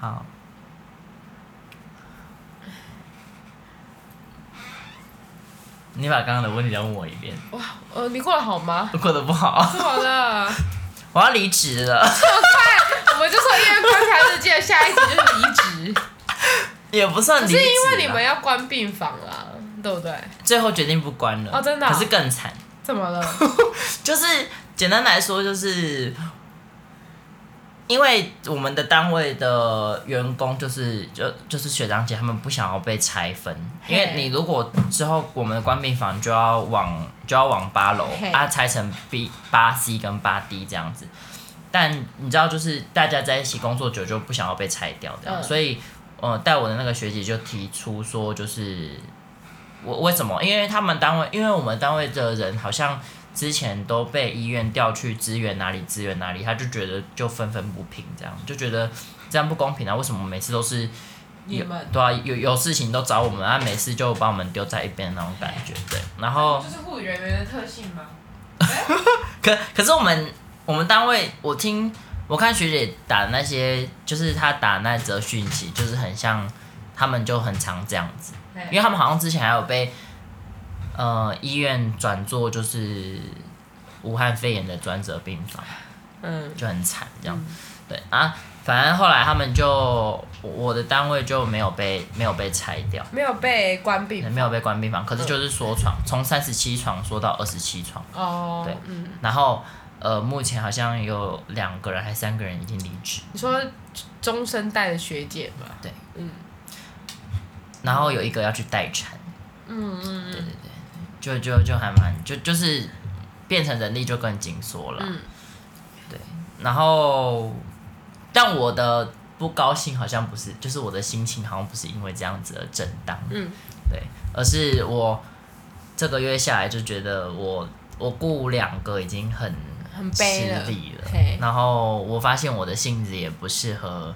好，你把刚刚的问题再问我一遍，哇，呃，你过得好吗？过得不好，不好了，我要离职了，我们就说因为观察日记的下一集就是 离职，也不算可离是职啦，因为你们要关病房啦，对不对？最后决定不关了，哦真的啊可是更惨，怎么了？ 就是简单来说，就是因为我们的单位的员工就是就就是学长姐他们不想要被拆分，嘿因为你如果之后我们的官病房就要往就要往八楼嘿啊拆成 B 八 C 跟八 D 这样子。但你知道，就是大家在一起工作久，就不想要被拆掉这样，嗯所以，呃，带我的那个学姐就提出说，就是我为什么？因为他们单位，因为我们单位的人好像之前都被医院调去支援哪里支援哪里，他就觉得就愤愤不平，这样就觉得这样不公平啊！为什么每次都是 你们对啊，有有事情都找我们啊，每次就把我们丢在一边那种感觉，对。然后是护理人员的特性吗？可可是我们我们单位，我听我看学姐打那些，就是她打那则讯息，就是很像他们就很常这样子。因为他们好像之前还有被呃医院转做就是武汉肺炎的专责病房，嗯，就很惨这样。对啊，反正后来他们就我我的单位就没有被没有被拆掉，没有被关也病没有被关病房，可是就是缩床，从三十七床缩到二十七床，哦。对嗯，然后。呃，目前好像有两个人还三个人已经离职，你说中生代的学姐嘛？然后有一个要去待产，嗯嗯对对对，就就就还蛮就就是变成人力就更紧缩了，嗯然后，但我的不高兴好像不是，就是我的心情好像不是因为这样子而震荡，嗯，对，而是我这个月下来就觉得我我雇两个已经很很吃悲了。力了，嘿然后我发现我的性子也不适合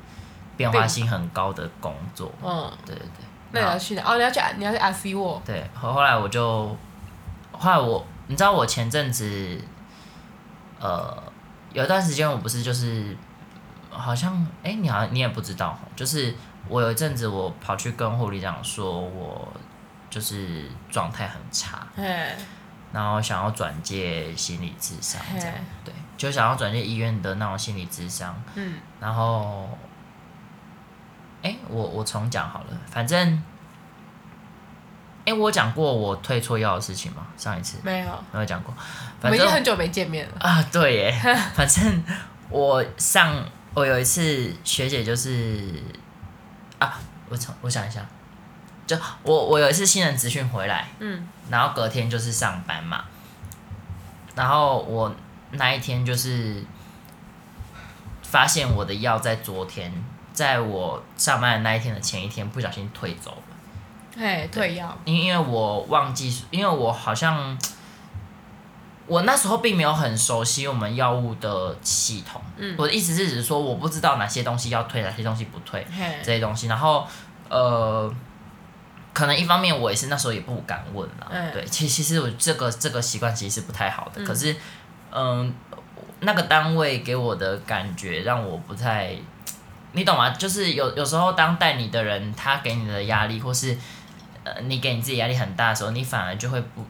变化性很高的工作，嗯，对对对，那你要去哪？哦，你要去你要去 R C 沃。对，后后来我就，后来我，你知道我前阵子，呃，有一段时间我不是就是，好像，哎、你好像你也不知道，就是我有一阵子我跑去跟护理长说我就是状态很差，嘿，然后想要转介心理智商这样嘿，对，就想要转介医院的那种心理智商，嗯，然后，哎、我我重讲好了，反正，哎、我讲过我退错药的事情吗？上一次没有，没有讲过，我反们已经正很久没见面了。啊，对耶， 反正我上我有一次学姐就是啊，我重我想一下，就我我有一次新人职训回来，嗯，然后隔天就是上班嘛。然后我那一天就是发现我的药在昨天，在我上班的那一天的前一天不小心退走了，嘿，退药。因因为我忘记，因为我好像我那时候并没有很熟悉我们药物的系统。嗯我的意思是指说我不知道哪些东西要退，哪些东西不退。嘿这，些东西。然后呃，可能一方面我也是那时候也不敢问啦，嗯对，其其实我这个这个习惯其实是不太好的，嗯可是嗯、那个单位给我的感觉让我不太。你懂吗？就是有有时候，当带你的人他给你的压力，或是呃你给你自己压力很大的时候，你反而就会不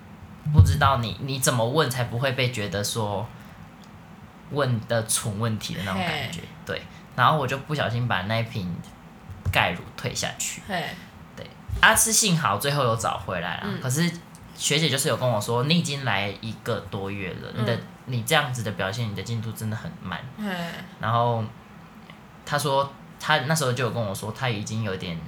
不知道你你怎么问才不会被觉得说问的蠢问题的那种感觉。对，然后我就不小心把那一瓶钙乳退下去，嘿，啊，是幸好最后有找回来啦。嗯可是学姐就是有跟我说，你已经来一个多月了，你的、嗯你这样子的表现，你的进度真的很慢。嘿，然后她说，她那时候就有跟我说，她已经有点，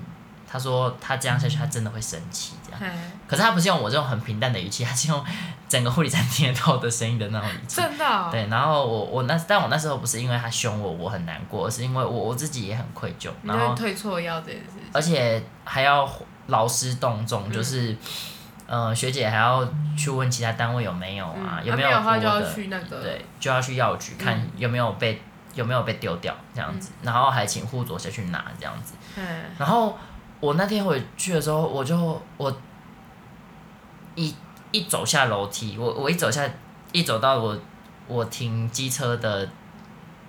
她说她这样下去，她真的会生气这样。嘿，可是他不是用我这种很平淡的语气，他是用整个护理站听得到的声音的那种语气。真的 哦。对，然后我我那但我那时候不是因为他凶我，我很难过，而是因为我我自己也很愧疚，你然就后退错药这件事。而且还要劳师动众，嗯就是、呃学姐还要去问其他单位有没有嗯啊，啊有没没有有的多话就要的，去嗯那个。对，就要去药局看有没有被、有没有被丢掉这样嗯子，然后还请护佐下去拿这样子。嘿，然后我那天回去的时候，我就我一一走下楼梯，我我一走下一走到我我停机车的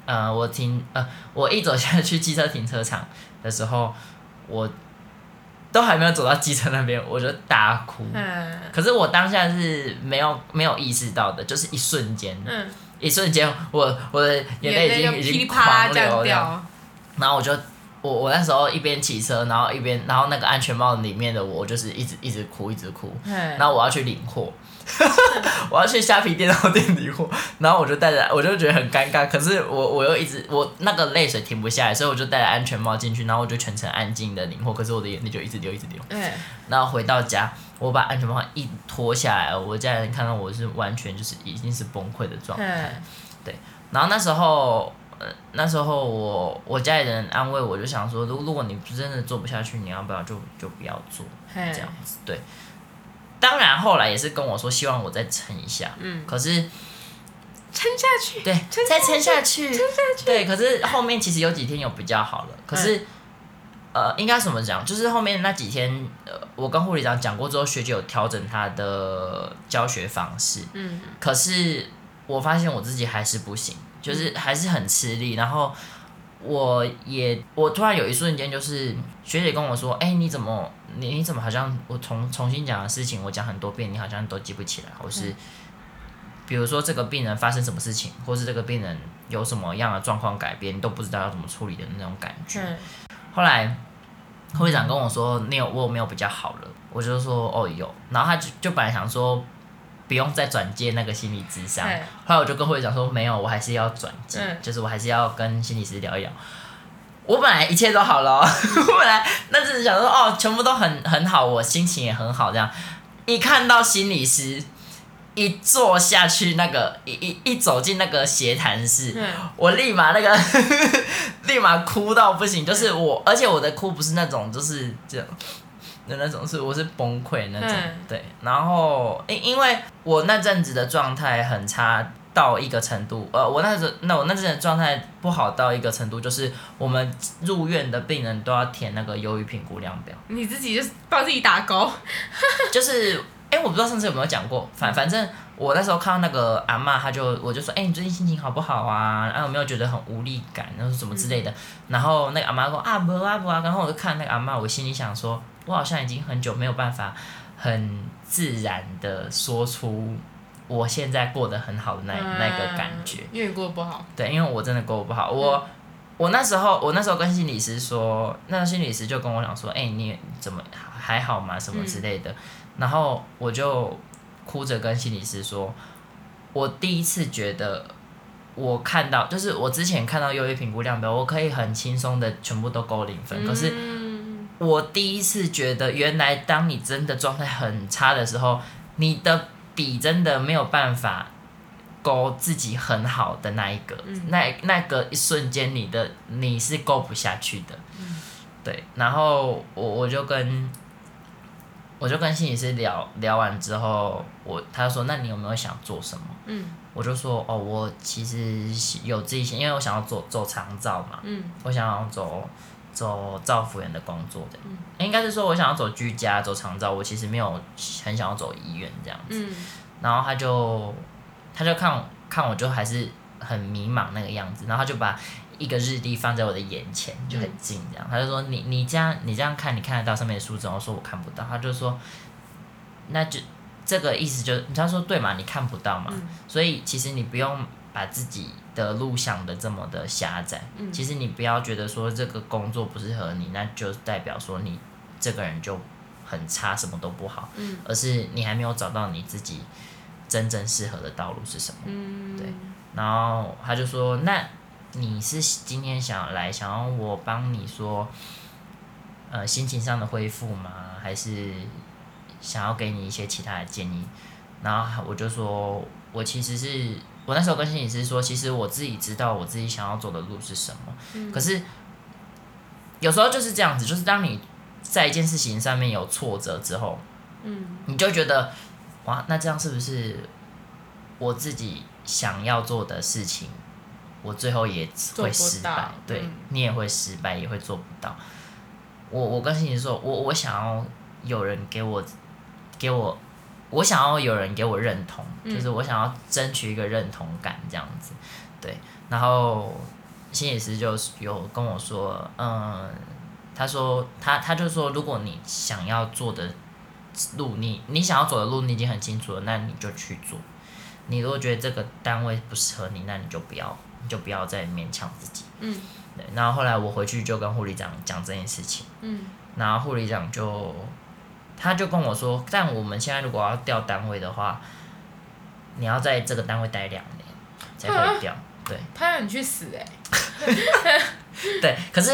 呃，我停呃，我一走下去汽车停车场的时候，我都还没有走到机车那边，我就大哭。嗯可是我当下是没有没有意识到的，就是一瞬间，嗯，一瞬间，我我的眼泪已经就已噼里经啪啦狂这样流了。掉，然后我就我我那时候一边骑车，然后一边然后那个安全帽里面的我就是一直一直哭一直哭，嗯然后我要去领货， 我要去虾皮电脑店领货，然后我就戴着，我就觉得很尴尬，可是我我又一直我那个泪水停不下来，所以我就戴着安全帽进去，然后我就全程安静的领货，可是我的眼泪就一直流一直流。嗯，然后回到家，我把安全帽一脱下来，我家人看到我是完全就是已经是崩溃的状态。嗯然后那时候，呃，那时候我我家里人安慰我，就想说，如如果你真的做不下去，你要不要就就不要做嗯这样子？对。当然后来也是跟我说，希望我再撑一下。嗯，可是撑下去，对，撑再下 撑去下去，嗯对。可是后面其实有几天有比较好了，可是。呃，应该怎么讲？就是后面那几天，呃，我跟护理长讲过之后，学姐有调整她的教学方式，嗯可是我发现我自己还是不行，就是还是很吃力。然后我也，我突然有一瞬间，就是学姐跟我说：“哎、你怎么，你你怎么好像我重重新讲的事情，我讲很多遍，你好像都记不起来，或是嗯比如说这个病人发生什么事情，或是这个病人有什么样的状况改变，你都不知道要怎么处理的那种感觉。嗯后来会长跟我说：“你有我有没有比较好了？”我就说：“哦，有。”然后他就就本来想说不用再转介那个心理咨商，嗯后来我就跟会长说：“没有，我还是要转介，嗯就是我还是要跟心理师聊一聊。”我本来一切都好了哦、 我本来那只是想说哦，全部都很很好，我心情也很好这样。一看到心理师，一坐下去那个一一一走进那个协谈室，嗯我立马那个 立马哭到不行，就是我，而且我的哭不是那种就是这样的那种，是我是崩溃那种，嗯对。然后因因为我那阵子的状态很差到一个程度，呃，我那时候那我那阵子的状态不好到一个程度，就是我们入院的病人都要填那个忧郁评估量表，你自己就是帮自己打勾， 就是哎、我不知道上次有没有讲过，反反正我那时候看到那个阿嬷，她就我就说，哎、你最近心情好不好啊？啊，有没有觉得很无力感，然后什么之类的？然后那个阿嬷说啊，不啊不啊。然后我就看那个阿嬷，我心里想说，我好像已经很久没有办法很自然的说出我现在过得很好的那、那个感觉。嗯，因为你过得不好，对，因为我真的过得不好，我、我那时候我那时候跟心理师说，那心理师就跟我讲说，哎、你怎么还好吗？什么之类的，然后我就哭着跟心理师说，我第一次觉得。我看到，就是我之前看到优越评估量表，我可以很轻松的全部都勾零分。可是嗯我第一次觉得，原来当你真的状态很差的时候，你的笔真的没有办法勾自己很好的那一个，嗯那那个一瞬间，你的你是勾不下去的。对，然后我我就跟我就跟心理师聊聊完之后，我他就说，那你有没有想做什么？嗯我就说，哦，我其实有自己想，因为我想要走走长照嘛，嗯我想要走走造福人的工作的，嗯应该是说我想要走居家、走长照，我其实没有很想要走医院这样子。嗯然后他就他就看我看我就还是很迷茫那个样子，然后他就把一个日历放在我的眼前，就很嗯近这样，他就说你你这样你这样看你看得到上面的数字吗，我说我看不到，他就说那就这个意思就他说对嘛，你看不到嘛，嗯所以其实你不用把自己的路想的这么的狭窄，嗯其实你不要觉得说这个工作不适合你，那就代表说你这个人就很差，什么都不好，嗯而是你还没有找到你自己真正适合的道路是什么。嗯，对然后他就说：“那你是今天想来想要我帮你说，呃，心情上的恢复吗？还是想要给你一些其他的建议？”然后我就说：“我其实是我那时候跟心理师说，其实我自己知道我自己想要走的路是什么，嗯可是有时候就是这样子，就是当你在一件事情上面有挫折之后，嗯你就觉得哇，那这样是不是我自己想要做的事情，我最后也做会不失到败？对、嗯你也会失败，也会做不到。我我跟心理说，我我想要有人给我给我，我想要有人给我认同，嗯就是我想要争取一个认同感这样子。对，然后心理师就有跟我说，嗯，他说他他就说，如果你想要做的路，你你想要走的路你已经很清楚了，那你就去做。你如果觉得这个单位不适合你，那你就不要，你就不要再勉强自己。嗯对，然后后来我回去就跟护理长讲这件事情。嗯然后护理长就他就跟我说，但我们现在如果要调单位的话，你要在这个单位待两年才可以调。对他让你去死哎、对，可是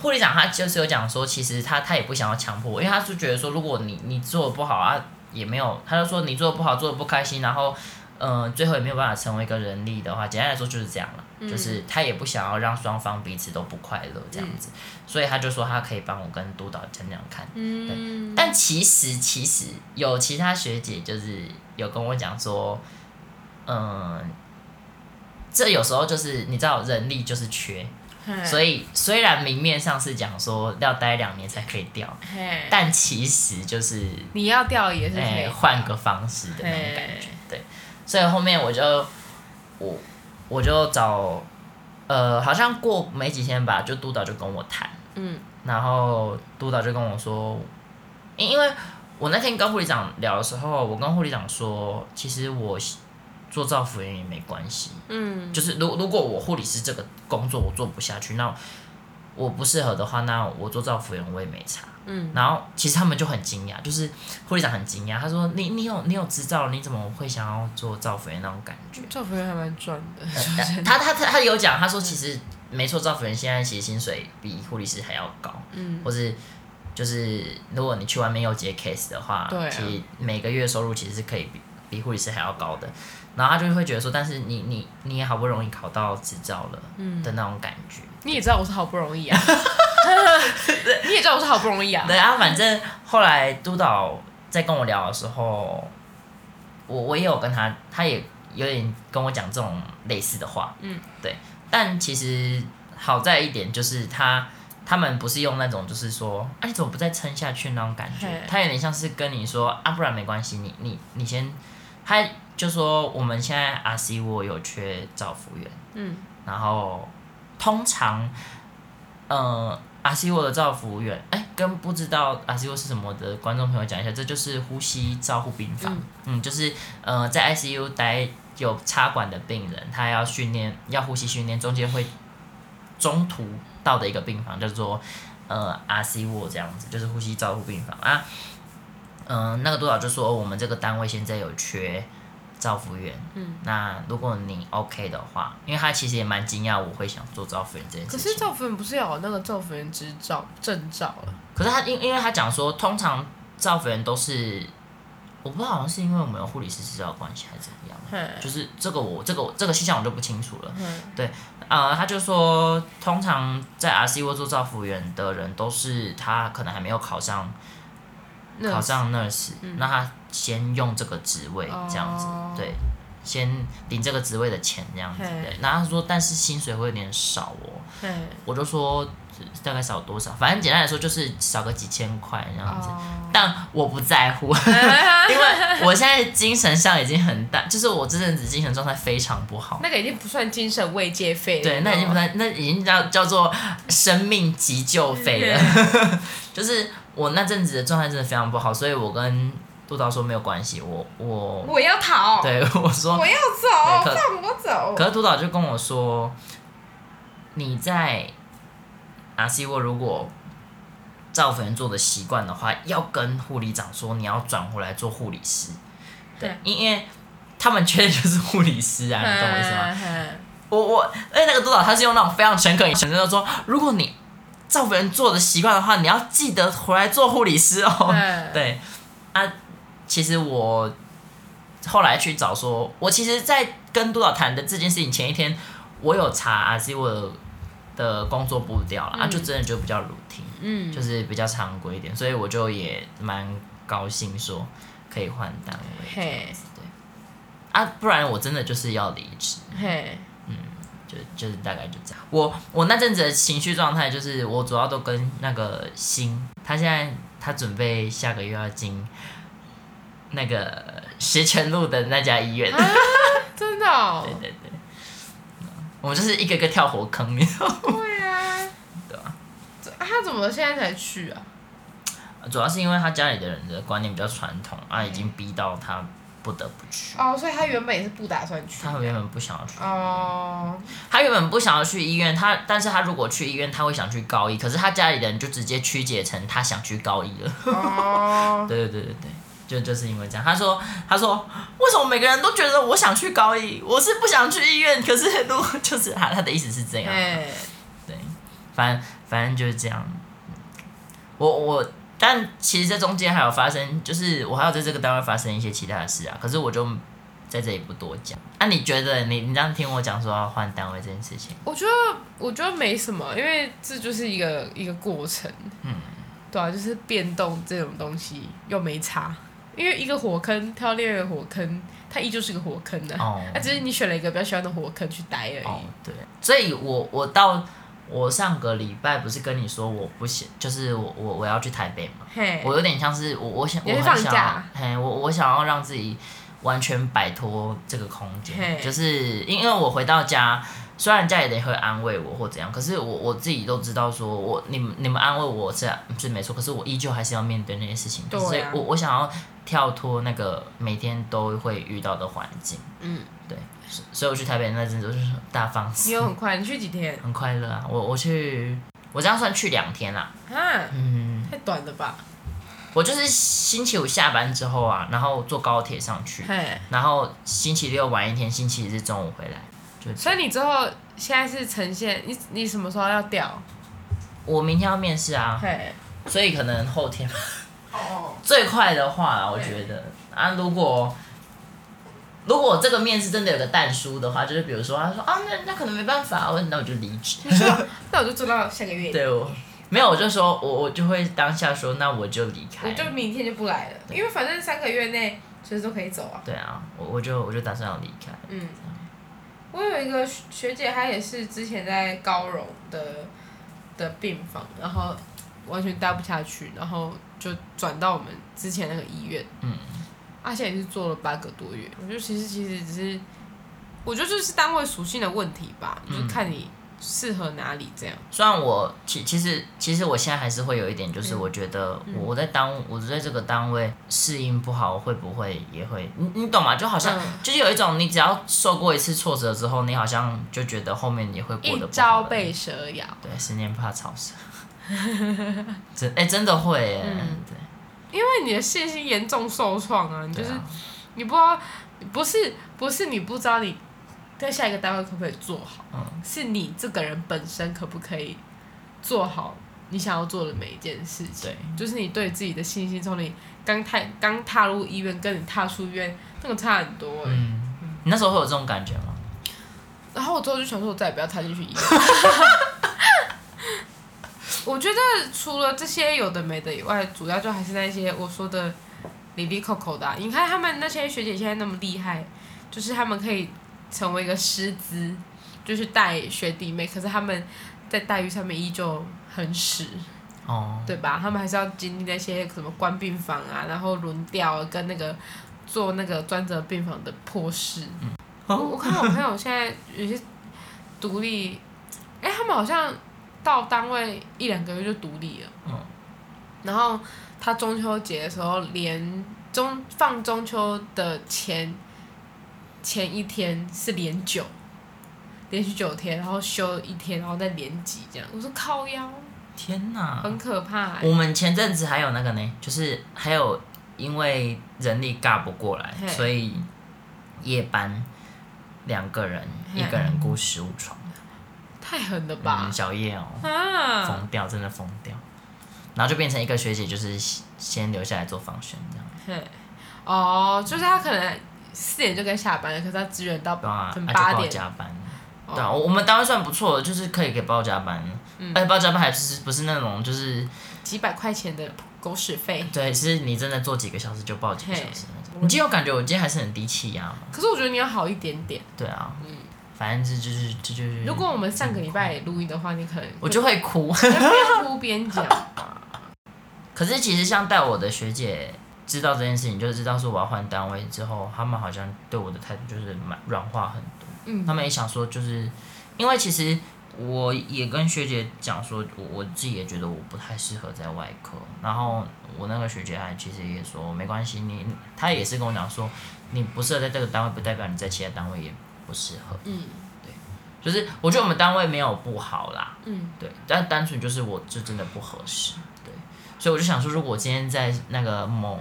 护理长他就是有讲说，其实他他也不想要强迫我，因为他是觉得说，如果你你做的不好啊，也没有，他就说你做的不好，做的不开心，然后。嗯，最后也没有办法成为一个人力的话，简单来说就是这样了，就是他也不想要让双方彼此都不快乐这样子，所以他就说他可以帮我跟督导讲讲看，嗯，但其实其实有其他学姐就是有跟我讲说，嗯，这有时候就是你知道人力就是缺，所以以虽然明面上是讲说要待两年才可以调，但其实就是你要掉也是可以哎的换、个方式的那种感觉嘿，对，所以后面我就我我就找呃好像过没几天吧，就督导就跟我谈。嗯然后督导就跟我说，因因为我那天跟护理长聊的时候，我跟护理长说，其实我做造福员也没关系，嗯就是如如果我护理师这个工作我做不下去，那我不适合的话，那我做造福员我也没差。嗯然后其实他们就很惊讶，就是护理长很惊讶，他说你你有你有执照了，你怎么会想要做造福员那种感觉？造福人还蛮赚的，他他他他有讲，他说其实没错，造福人现在其实薪水比护理师还要高，嗯，或是就是如果你去外面又接 case 的话，对啊其实每个月收入其实是可以比比护理师还要高的。然后他就会觉得说，但是你你你也好不容易考到执照了嗯的那种感觉。你也知道我是好不容易 啊，你也知道我是好不容易啊，对啊，反正后来督导在跟我聊的时候，我我也有跟他，他也有点跟我讲这种类似的话，嗯，对。但其实好在一点就是他他们不是用那种就是说，啊你怎么不再撑下去那种感觉嘿，他有点像是跟你说啊，不然没关系，你你你先，他就说我们现在 R C 我有缺照服员，嗯然后通常，呃，阿西沃的照护服务员，哎，跟不知道阿西沃是什么的观众朋友讲一下，这就是呼吸照护病房，嗯嗯就是呃，在 ICU 待有插管的病人，他要训练要呼吸训练，中间会中途到的一个病房叫做呃 RC 沃这样子，就是呼吸照护病房啊。嗯、那个督导就说、哦我们这个单位现在有缺照护员，嗯。那如果你 OK 的话，因为他其实也蛮惊讶我会想做造福人这件可事是情。造福人不是要有那个造福人执照证照了？可是他因因为他讲说，通常造福人都是，我不知道好像是因为我们有护理师执照的关系还是怎么样，嗯就是这个我这个我这个细项我就不清楚了。嗯呃，他就说，通常在 RC 沃做造福员的人都是他可能还没有考上那考上 nurse，、嗯那他先用这个职位哦这样子，对，先领这个职位的钱这样子。嘿对，然后他说，但是薪水会有点少哦。嗯我就说大概少多少，反正简单来说就是少个几千块这样子。哦，但我不在乎， 啊 因为我现在精神上已经很大，就是我这阵子精神状态非常不好。那个已经不算精神慰藉费了。对，那已哦经不算。算，那已经叫叫做生命急救费了。 就是我那阵子的状态真的非常不好，所以我跟督导说没有关系，我我我要逃，对 我说，我要对走，可放我走可。是督导就跟我说，你在阿西沃如果照粉做的习惯的话，要跟护理长说你要转回来做护理师，对，嗯因因为他们缺的就是护理师啊，你懂我意思吗？吗？我我，而且那个督导他是用那种非常诚恳、诚恳的说，如果你照别人做的习惯的话，你要记得回来做护理师哦。嗯对，啊，其实我后来去找说，我其实，在跟督导谈的这件事情前一天，我有查阿 C 我的工作步调啦，啊，嗯就真的就比较 routine，嗯，就是比较常规一点，所以我就也蛮高兴说可以换单位这样子，对，啊，不然我真的就是要离职。嘿，就就是大概就这样。我我那阵子的情绪状态就是，我主要都跟那个心，他现在他准备下个月要进那个石泉路的那家医院。真的哦对，对对，我们就是一个个跳火坑，你知道吗？ 对啊，对啊这啊他怎么现在才去啊？主要是因为他家里的人的观念比较传统啊，已经逼到他不得不去。哦，所以他原本也是不打算去。他原本不想要去， 哦，他原本不想要去医院，他但是他如果去医院，他会想去高一，可是他家里的人就直接曲解成他想去高一了。哦，对对对对对，就就是因为这样，他说他说为什么每个人都觉得我想去高一，我是不想去医院，可是如果 就是他他的意思是这样，哎，对，反正反正就是这样。我我，但其实这中间还有发生，就是我还有在这个单位发生一些其他的事啊。可是我就在这里不多讲。啊，你觉得你你这样听我讲说要换单位这件事情，我觉得我觉得没什么，因为这就是一个一个过程。嗯，对啊，就是变动这种东西又没差，因为一个火坑跳另一个火坑，它依旧是个火坑的、哦那、只是你选了一个比较喜欢的火坑去待而已。哦，对，所以我我到我上个礼拜不是跟你说我不想，就是我我我要去台北嘛，嘿，我有点像是我我想你我要去很放想要假，嘿，我我想要让自己完全摆脱这个空间，嘿就是因为我回到家，虽然家里人会安慰我或怎样，可是我我自己都知道说，我你们你们安慰我是嗯是没错，可是我依旧还是要面对那些事情，对啊所以我我想要跳脱那个每天都会遇到的环境，嗯，对，所所以我去台北那阵子就是大放你肆有，很快，你去几天很快乐啊，我我去。我这样算去两天啦，啊？嗯，太短了吧？我就是星期五下班之后啊，然后坐高铁上去，嘿，然后星期六玩一天，星期日中午回来。就这所样以你之后现在是呈现你你什么时候要调？我明天要面试啊，嘿，所以可能后天哦，最快的话啊，我觉得啊，如果如果这个面试真的有个淡书的话，就是比如说他说啊，那那可能没办法，我那我就离职。那我就做到下个月，对我没有，我就说我我就会当下说，那我就离开我。就明天就不来了，因为反正三个月内随时都可以走啊。对啊，我我就我就打算要离开。嗯，我有一个学姐，她也是之前在高荣的的病房，然后完全待不下去，然后就转到我们之前那个医院。嗯，啊，现在也是做了八个多月。我觉得其实其实只是，我觉得就是单位属性的问题吧，嗯就是看你适合哪里这样。虽然我其其实其实我现在还是会有一点，就是嗯我觉得我我在单我在这个单位适应不好，会不会也会你你懂吗？就好像、嗯就是有一种你只要受过一次挫折之后，你好像就觉得后面你会过一得不好朝了被蛇咬，对，十年怕草蛇。 真哎、真的会耶、嗯对因为你的信心严重受创啊，你就对是啊，你不知道，不是不是你不知道你在下一个单位可不可以做好，嗯是你这个人本身可不可以做好你想要做的每一件事情。对，就是你对自己的信心，从你刚踏刚踏入医院，跟你踏出医院那个差很多、欸。嗯，你那时候会有这种感觉吗？然后我之后就想说，我再也不要踏进去医院。我觉得除了这些有的没的以外，主要就还是那些我说的里里扣扣的啊、你看他们那些学姐现在那么厉害，就是他们可以成为一个师资，就是带学弟妹，可是他们在待遇上面依旧很屎，哦，对吧？他们还是要经历那些什么关病房啊，然后轮调啊跟那个做那个专责病房的破事。我我看我朋友现在有些独立，哎、他们好像到单位一两个月就独立了。嗯然后他中秋节的时候，连中放中秋的前前一天是连九，连续九天，然后休一天，然后再连几这样。我说靠腰，天哪！很可怕、欸。我们前阵子还有那个呢，就是还有因为人力尬不过来，嘿所以夜班两个人，嘿一个人雇十五床，太狠了吧嗯，！小夜哦，啊，疯掉，真的疯掉。然后就变成一个学姐，就是先先留下来做防宣这样，嘿，哦，就是他可能四点就该下班了，可是他支援到对啊，可能啊八就报点。加班。哦嗯对啊，我我们单位算不错的，就是可以给报加班，而且报加班还不是不是那种就是几百块钱的狗屎费。对，是你真的做几个小时就报几个小嘿时那种。你今天有感觉我今天还是很低气压吗？可是我觉得你要好一点点。对啊，反正这就是这就是，嗯如果我们上个礼拜也录音的话，你可能嗯我就会哭。 会边哭边讲。可是其实像带我的学姐知道这件事情，就知道说我要换单位之后，他们好像对我的态度就是蛮软化很多。嗯他们也想说就是因为其实我也跟学姐讲说，我我自己也觉得我不太适合在外科。然后我那个学姐还其实也说没关系，你她也是跟我讲说，你不适合在这个单位，不代表你在其他单位也不适合。嗯就是我觉得我们单位没有不好啦，嗯，对，但单纯就是我这真的不合适，对。所以我就想说，如果我今天在那个某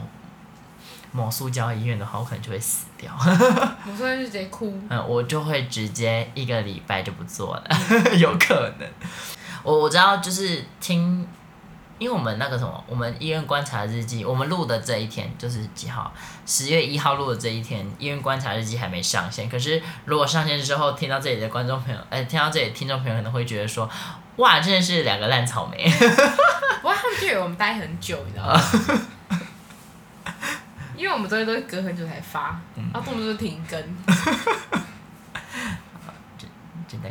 某塑胶医院的话，我可能就会死掉。我说就直接哭。嗯，我就会直接一个礼拜就不做了， 有可能。我我知道，就是听，因为我们那个什么，我们医院观察日记，我们录的这一天就是几号？十月一号录的这一天，医院观察日记还没上线。可是如果上线之后，听到这里的观众朋友，哎、听到这里听众朋友可能会觉得说，哇，真的是两个烂草莓。 不过他们就以为我们待很久，你知道吗？因为我们东西都是隔很久嗯才发，然后动不动就停更。真的